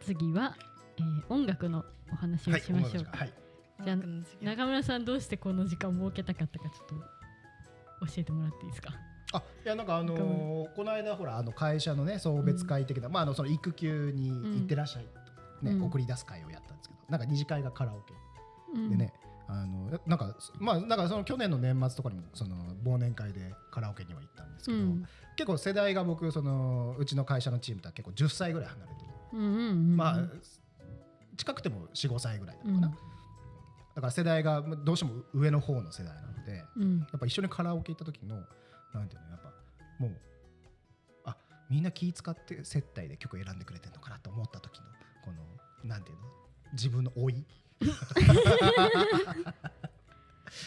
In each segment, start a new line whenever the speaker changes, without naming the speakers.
次は、えー音楽のお話をしましょうか、
はい、
じゃあ
音楽の授業
中村さんどうしてこの時間を設けたかったかちょっと教えてもらっていいですか
あいやなんかあのーこの間ほらあの会社のね送別会的な、まああのその育休に行ってらっしゃい、ね
うん
送り出す会をやったんですけどなんか二次会がカラオケ
うん
でね、あのなんかまあなんかその去年の年末とかにもその忘年会でカラオケには行ったんですけど、
うん
結構世代が僕そのうちの会社のチームとは結構10歳ぐらい離れてる、
うんうんうん
まあ近くても45歳ぐらいなのかな、
うん
だから世代がまあどうしても上の方の世代なので、や
うん
っぱ一緒にカラオケ行った時のなんていうのやっぱもうあみんな気使って接待で曲選んでくれてるのかなと思った時のこのなんていうの自分の老い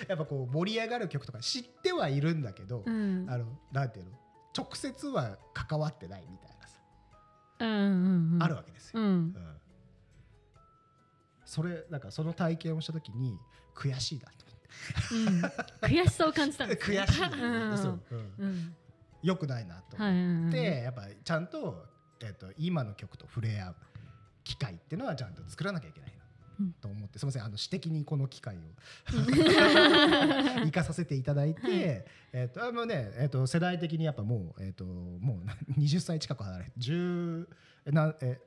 やっぱこう盛り上がる曲とか知ってはいるんだけど、
うん
あのなんていうの直接は関わってないみたいなさ、
うんうんうん
あるわけですよ。
う
うんんそれなんかその体験をした時に悔しいなと思っ
う
て
ん悔しさを感じたんです
悔しいなと思ってそううん
うん
良くないなと
はい
思っ
うんうん
て、やっぱちゃんと,、えっと今の曲と触れ合う機会っていうのはちゃんと作らなきゃいけないな
うん
と思って、すみませんあの私的にこの機会 を生かさせていただいて、えっとあのねえっと世代的にやっぱもうえっともうな20歳近く離れて10なえ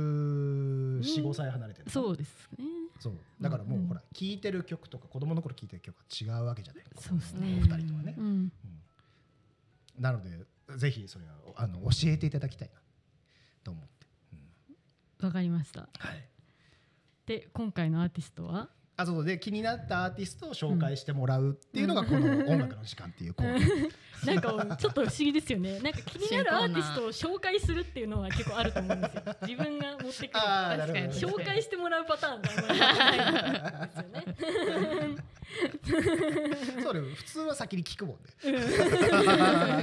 1415歳離れてるのかな、
そうですね
そうだからもう、
うん
ほら聴いてる曲とか子供の頃聴いてる曲は違うわけじゃない
そうですね
お二人とはね
う、ん
うんなのでぜひそれはあの教えていただきたいなと思って、うん
わかりました
はい
で今回のアーティストは
あそうで気になったアーティストを紹介してもらうっていうのがこの「音楽の時間」っていうコーナー、
なんかちょっと不思議ですよね。なんか気になるアーティストを紹介するっていうのは結構あると思うんです よ。自分が持ってくる。
あーな
確かに
るほど
紹介してもらうパターンがあんまりないですよね。
そうね普通は先に聞くもんね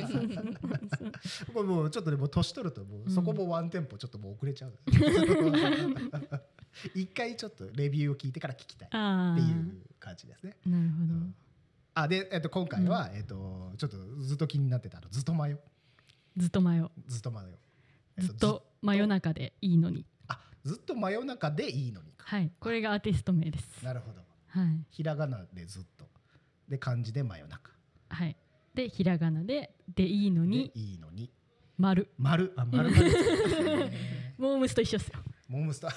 うん
これもうちょっとでもう年取るともうそこもワンテンポちょっともう遅れちゃう、一回ちょっとレビューを聞いてから聞きたいっ
あ
てい
ー
う感じですね
なるほど。
あで、えっと、今回は、えっと、ちょっとずっと気になってたあの「ずっと迷う」
ずっと迷う。
ずっと迷う。え
ずっと真夜中でいいのに。
あずっと真夜中でいいのにか。
はい。これがアーティスト名です。
なるほど。
はい。
ひらがなでずっと。で漢字で真夜中。
はい。で、ひらがなで、でいいの
で
に、
いいのに。
丸。
丸あ丸丸。
モームスと一緒ですよ。
モームス ター。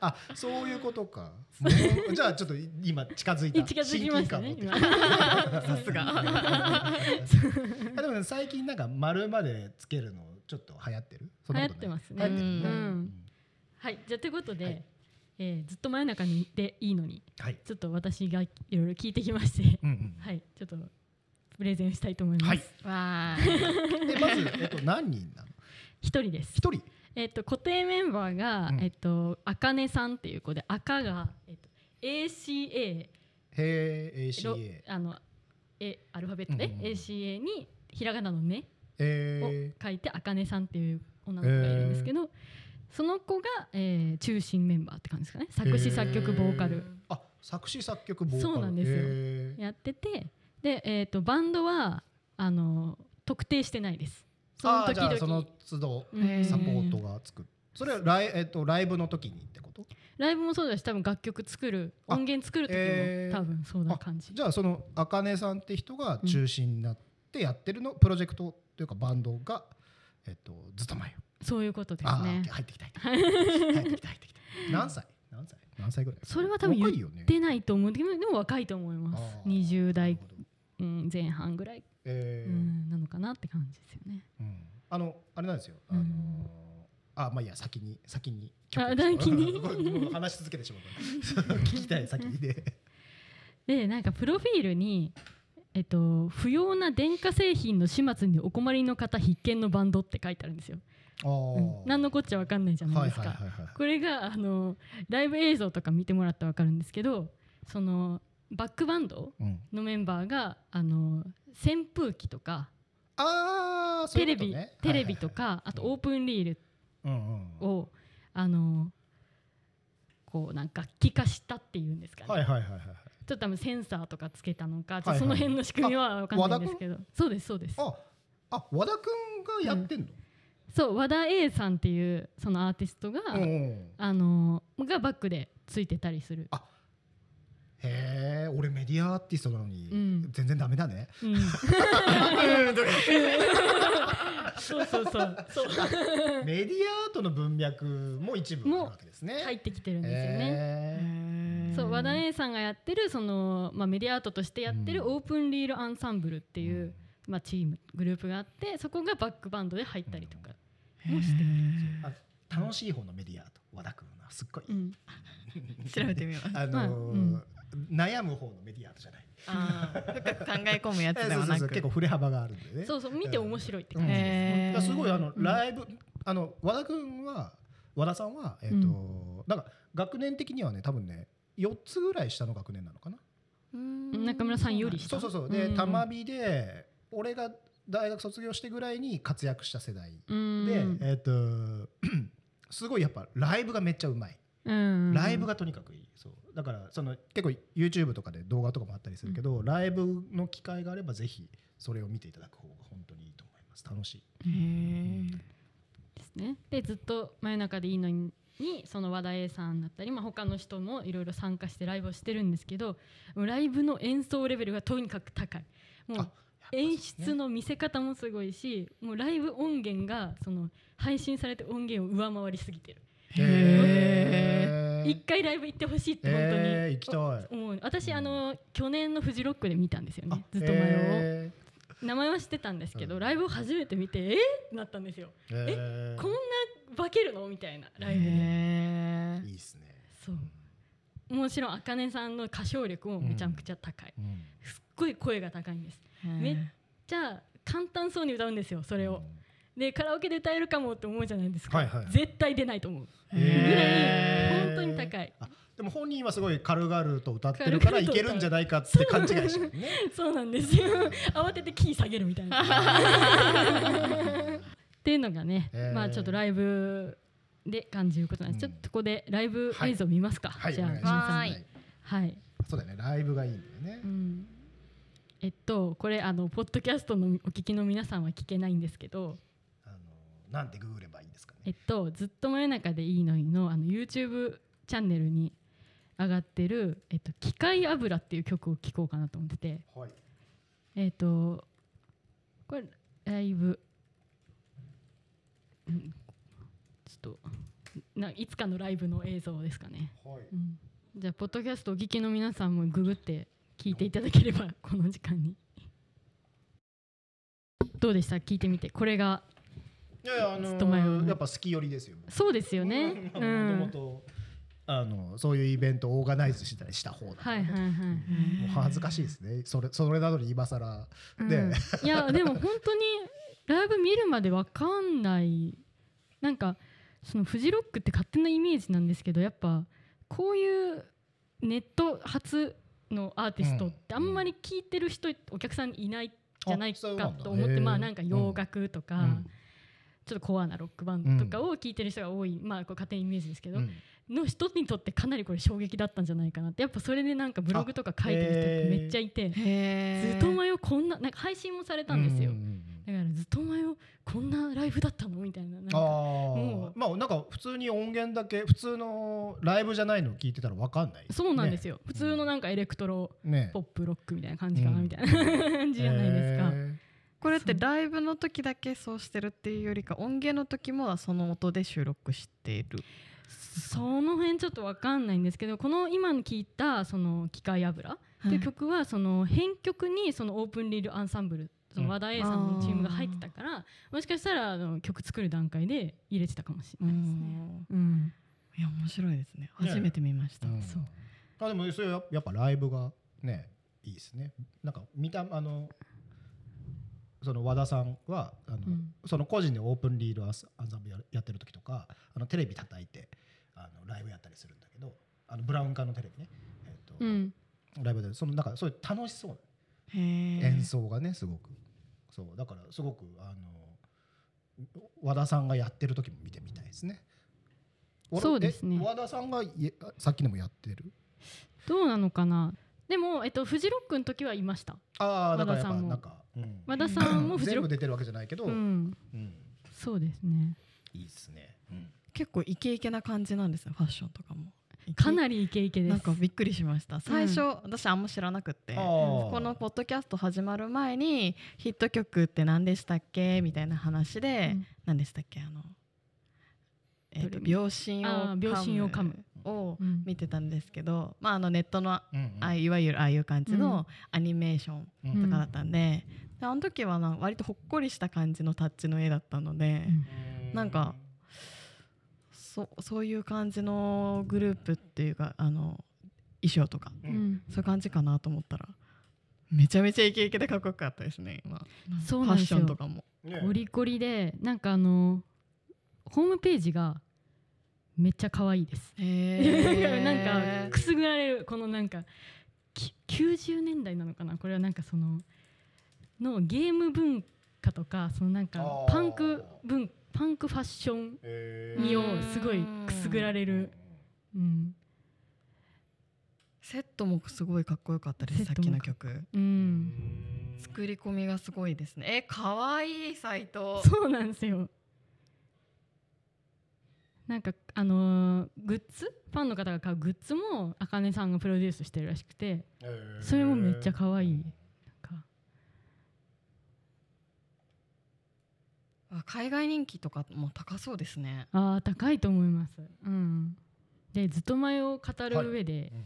あそういうことか。モーじゃあちょっと今近づいた。
近づきましたね
親近感持 ってきた
さすが
あでもね最近なんか丸までつけるのちょっと流行ってる。そんなことな
流
い
行ってますね
流行って
う
るね
ん。はい。じゃあ、ということで、
はい
えーずっと真夜中にでいいのに。
はい。
ちょっと私がいろいろ聞いてきまして、
うんうん。
はい、ちょっとプレゼンしたいと思いま
は
す
い。
わあ
でまずえっと何人なの？
一、人です。
一人。
えっ、と固定メンバーが、
うん
えっ、とあかねさんっていう子で、赤がえっ、と A C A
へえ ACA。
あのえアルファベットで、
うんうんうん
A C A にひらがなのねを
え
書いてあかねさんっていう女の子がいるんですけど、その子が、えー中心メンバーって感じですかね。作詞作曲ボーカル。
ー、あ作詞作曲ボーカル
そうなんですよ
へー
やっててで、えー、とバンドはあの特定してないですその
あ
時
ーじゃ
々
あその都度
うん
サポートがつくそれはライ,、えっとライブの時にってこと
ライブもそうだし多分楽曲作る
あ
音源作る時も、
えー
多分そうな感じ
じゃあそのあかねさんって人が中心になってやってるの、プロジェクトというかバンドが、えっとずっと前よ、
そういうことです
あ
ね
ー入ってきた 入ってきた入ってきた何歳何歳何歳ぐらい
それは多分
若いよね
出ないと思うでもでも若いと思います
あー
20代
なるほど
うん前半ぐらい、
え
う
ー
んなのかなって感じですよね
うんあのあれなんですよ。あ
う
の
ん
ーあまあいいや先に先に
あ先に
もう話し続けてしまう から聞きたい先にで、
でなんかプロフィールにえっと、不要な電化製品の始末にお困りの方必見のバンドって書いてあるんですよ。
あー
うん何のこっちゃわかんないじゃないですか。
はいはいはいはい
これがあのライブ映像とか見てもらったら分かるんですけどそのバックバンド
うん、
のメンバーがあの扇風機とか
ああ
テレビテレビとか、、あと
うん
オープンリー
そういうことね
ルをあのこうなんか楽器化したっていうんですかね、
はいはいはいうんうん、はいはいはいはい。
ちょっと多分センサーとかつけたのか、ちょっ
は
と
いはい
その辺の仕組みは分かんないんですけどそうですそうです
ああ和田くんがやってんの、
そう和田 A さんっていうそのアーティストが、
うんうん
あのがバックでついてたりする
あ。へえ俺メディアアーティストなのに、
うん
全然ダメ だね
うん、そうそうそうそう
メディアアートの文脈も一部あるわけですね
入ってきてるんですよね。
へ
へー
そう和田 A さんがやってるその、まあ、メディアアートとしてやってる
うん
オープンリールアンサンブルって
え
いう、まあ、チームグループがあってそこがバックバンドで入ったりとか、
もして
あ楽しい方のメディアアート和田君はすっごい、
うん
調べてみます
あのー
うん
悩む方のメディアアートじゃない
あー深く考え込むやつ
え
で
そうそ
は
う
な
そう
く
結構振れ幅があるんでね
そうそう見て面白いって
う
感
ん
じで
だ
へー
からすごいあの
うん
ライブ、あの和田君は和田さんはえっ、と、なんか学年的にはね多分ね4つぐらい下の学年なのかな
中村さんより
そうそうそ
うん
う
うん
で
うん
玉美で俺が大学卒業してぐらいに活躍した世代
すね。
で、
うん
えっ、と すごいやっぱライブがめっちゃうまい
うん
ライブがとにかくいい、そうだからその結構 YouTube とかで動画とかもあったりするけど、ライブの機会があればぜひそれを見ていただく方が本当にいいと思います楽しい。
へー
ですね。でずっと真夜中でいいのにその和田 A さんだったり、まあ、他の人もいろいろ参加してライブをしてるんですけどもうライブの演奏レベルがとにかく高い。も
あ
う演出の見せ方もすごいしもうライブ音源がその配信されて音源を上回りすぎてる
へ
へ
一回ライブ行ってほしいって本当に、
えー、行きたい。
思う私
うん
あの去年のフジロックで見たんですよねずっと前を、
前
名前は知ってたんですけど、
うん
ライブを初めて見てえーってなったんですよ、
を。え
こんな化けるのみたいなライブで、
へー
いいですね。
そうもちろんあかねさんの歌唱力もめちゃくちゃ高い、
うん
すっごい声が高いんですめっじゃあ簡単そうに歌うんですよそれを、でカラオケで歌えるかもって思うじゃないですか、
はいはいはい
絶対出ないと思うぐ
へ
らい、
へ
本
ー
当に高い
あでも本人はすごい軽々と歌ってるからいけるんじゃないかって勘違いしてるね。
そうなんですよ 慌ててキー下げるみたいな っていうのがね、
えー
まあちょっとライブで感じることなんです、
うん
ちょっとここでライブ映像見ますか、
はい、
じゃあ
お願いし
皆さん
ま
はい
す。
はい、
そうだよね、ライブがいいんだよね
う。ん、えっとこれあのポッドキャストのお聞きの皆さんは聞けないんですけど
あのなんてググればいいんですか
え
ね。
っとずっと真夜中でいいのにのあの YouTube チャンネルに上がってる「えっと、機械油」っていう曲を聴こうかなと思ってて
はい。
えっとこれライブ、うん、ちょっとないつかのライブの映像ですかね、
はい。
うん、じゃあポッドキャストお聞きの皆さんもググって聞いていただければ この時間にどうでした聞いてみてこれが
いやいや、あの
ずっと前を
ー、やっぱ好き寄りですよ。
そうですよね、う
僕はも
ん
と、もと、あの、そういうイベントをオーガナイズしたりした方だから
は
ね
いはいはい
もう恥ずかしいですね。それ、それなのに今更。ね
うん、いやでも本当にライブ見るまでわかんないなんかそのフジロックって勝手なイメージなんですけどやっぱこういうネット初のアーティストってあんまり聞いてる人お客さんいないじゃない
あ
か
そうなんだ
と思っ
へ
て
ー
まあなんか洋楽とか
うん
ちょっとコアなロックバンドとかを聞いてる人が多いまあこう勝手なイメージですけど
うん
の人にとってかなりこれ衝撃だったんじゃないかなってやっぱそれでなんかブログとか書いてる人ってめっちゃいてず
へ
っ
ー
と前をこんななんか配信もされたんですよ
う。ん
だからずっと前をこんなライブだったのみたいななん
あ
かも
あ
う
まあなんか普通に音源だけ普通のライブじゃないの聞いてたらわかんない
そうなんです
よ
よ、普通のなんかエレクトロ
ね
ポップロックみたいな感じかな、
うん
みたいな感じじゃないですか、
へ
これってライブの時だけそうしてるっていうよりか音源の時もその音で収録してる
その辺ちょっとわかんないんですけどこの今の聞いたその「機械油」っていう曲はその編曲にそのオープンリールアンサンブルその和田 A さんのチームが入ってたから、もしかしたらあの曲作る段階で入れてたかもしれないですね。うん
いや面白いですね
ね
初めて見ました、
ーうん
そう
あでもそれはやっぱライブがねいいですねなんか見たあのその和田さんはあの、
うん
その個人でオープンリールアンサアンサンブルややってる時とかあのテレビ叩いてあのライブやったりするんだけどあのブラウン管のテレビね、えっと
うん
ライブでそのなんかそういう楽しそうな
へー
演奏がねすごくそうだからすごくあの和田さんがやってる時も見てみたいですね。わ
そうですね
え和田さんがいさっきのもやってる。
どうなのかなでも、えっと、フジロックの時はいました
ああだ
和田
からやっ
さ
ぱ
んも
なんか、うん
和田さんもフジロ
全
ック、
部出てるわけじゃないけど、
うん、
うん
そうですね
いいですね、
結構イケイケな感じなんですよファッションとかも
かなりイケイケです
なんかびっくりしました最初、私あんま知らなくて
こ
このポッドキャスト始まる前にヒット曲って何でしたっけみたいな話で、
うん
何でしたっけあの、えーと
どれ
秒針を
あー
噛む
秒針を噛む
を
うん
見てたんですけど、まあ、あのネットのあ
うんうん
あいわゆるああいう感じ
うん
のアニメーション
う
と
ん
かだったんで,、であの時はなんか割とほっこりした感じのタッチの絵だったので、
うん
なんかそそういう感じのグループっていうかあの衣装とか
うん
うん
そういう感じかなと思ったらめちゃめちゃイケイケでかっこよかったですね今
そうなんですよ
ファッションとかも
ね
ゴリゴリでなんかあのホームページがめっちゃ可愛いです、な
へ
んかくすぐられるこのなんかき90年代なのかなこれはなんかそののゲーム文化とかそのなんか
あー
パンク文パンクファッション
えー
味をすごいくすぐられる、うん
セットもすごいかっこよかったです
セッ
さっ
トも
きの曲
う、
うんん
作り込みがすごいですねえ可愛い斎藤
そうなんですよなんかあのーグッズファンの方が買うグッズもあかねさんがプロデュースしてるらしくて
えー
それもめっちゃ可愛いなんか
あ海外人気とかも高そうですね
あー高いと思います、うん、でずっと前を語
はい
る上で、
うん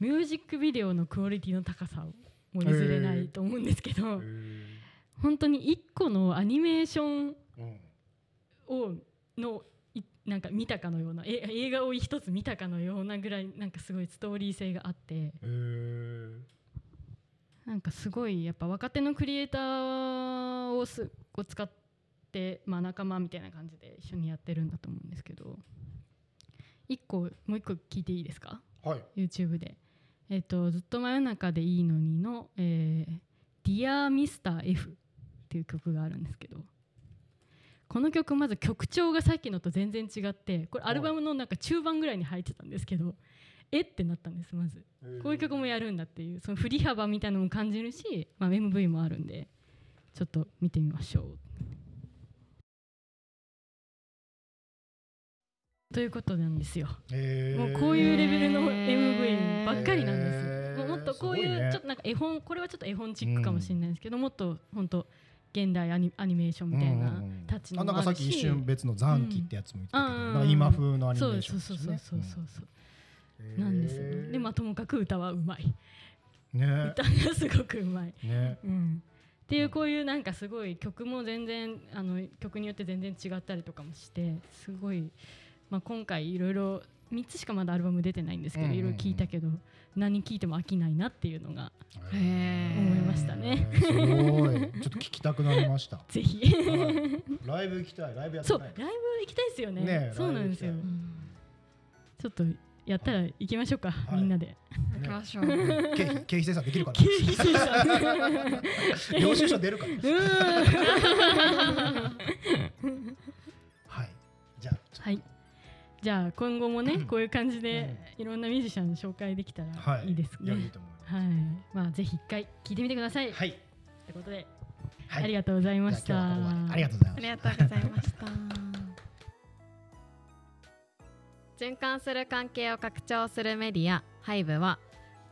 ミュージックビデオのクオリティの高さをもう譲れないと思うんですけ
え
ど、
ー
本当に1個のアニメーション
うん
をのいなんか見たかのようなえ映画を一つ見たかのようなぐらいなんかすごいストーリー性があって
えー
なんかすごいやっぱ若手のクリエイターをすを使って、まあ、仲間みたいな感じで一緒にやってるんだと思うんですけど一個もう一個聞いていいですか
はい。
YouTube で、えっと「ずっと真夜中でいいのにの」えー Dear Mr. F」っていう曲があるんですけどこの曲まず曲調がさっきのと全然違ってこれアルバムのなんか中盤ぐらいに入ってたんですけどえってなったんですまずこういう曲もやるんだっていうその振り幅みたいなのも感じるし、まあ、MV もあるんでちょっと見てみましょう。ということなんですよ。
えー
もうこういうレベルの MV
へー
ばっかりなんですよ、
へ
も
ー
うもっとこうい
すご
う
いね
ちょっとなんか絵本これはちょっと絵本チックかもしれないですけど、もっと本当現代アニアニメーションみたい
うんう
なん
うん
タッチの
あ
も
なんか
あ
さっ
るし、
き一瞬別の残機ってやつも言ってたけど、
うん
なんか今風のアニメ
そう
ー
で
シ
す
ョン
そうそうそうそうそう、
う
なんですよ、ね、でまあともかく歌はうまい
ね
歌がすごくうまい、
ね
うん、っていうこういうなんかすごい曲も全然あの曲によって全然違ったりとかもしてすごい、まあ、今回いろいろ3つしかまだアルバム出てないんですけ
うん
ど
うんう
い
ん
ろいろ聞いたけど何聴いても飽きないなっていうのが
へー
思いましたね
えーすごいちょっと聞きたくなりま した、は
ぜひ
いライブ行きたいライブやって
そう
な
ライ
い
ブ行きたいですよね
ねえ
そうなんですよ
ライブ
ちょっとやったら行きましょうか、
はい
みんなで
行きましょう、
ね経費経費精算できるか
経費精算
な領収書出るかな
うーん
はいじゃあちょっ
はいじゃあ今後もねこういう感じでいろんなミュージシャン紹介できた
と
らいいですね、
やいいと思います
はい、まあぜひ一回聞いてみてください。
はい
ということで、
はい
ありがとうございまし
じゃあ今日はここまで
た。
ありがとうござい
あ
まし
り
た
がとうございました。循環する関係を拡張するメディアハイブは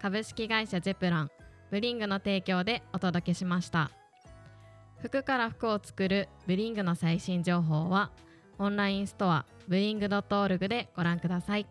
株式会社ジェプランブリングの提供でお届けしました服から服を作るブリングの最新情報はオンラインストアブリング .org でご覧ください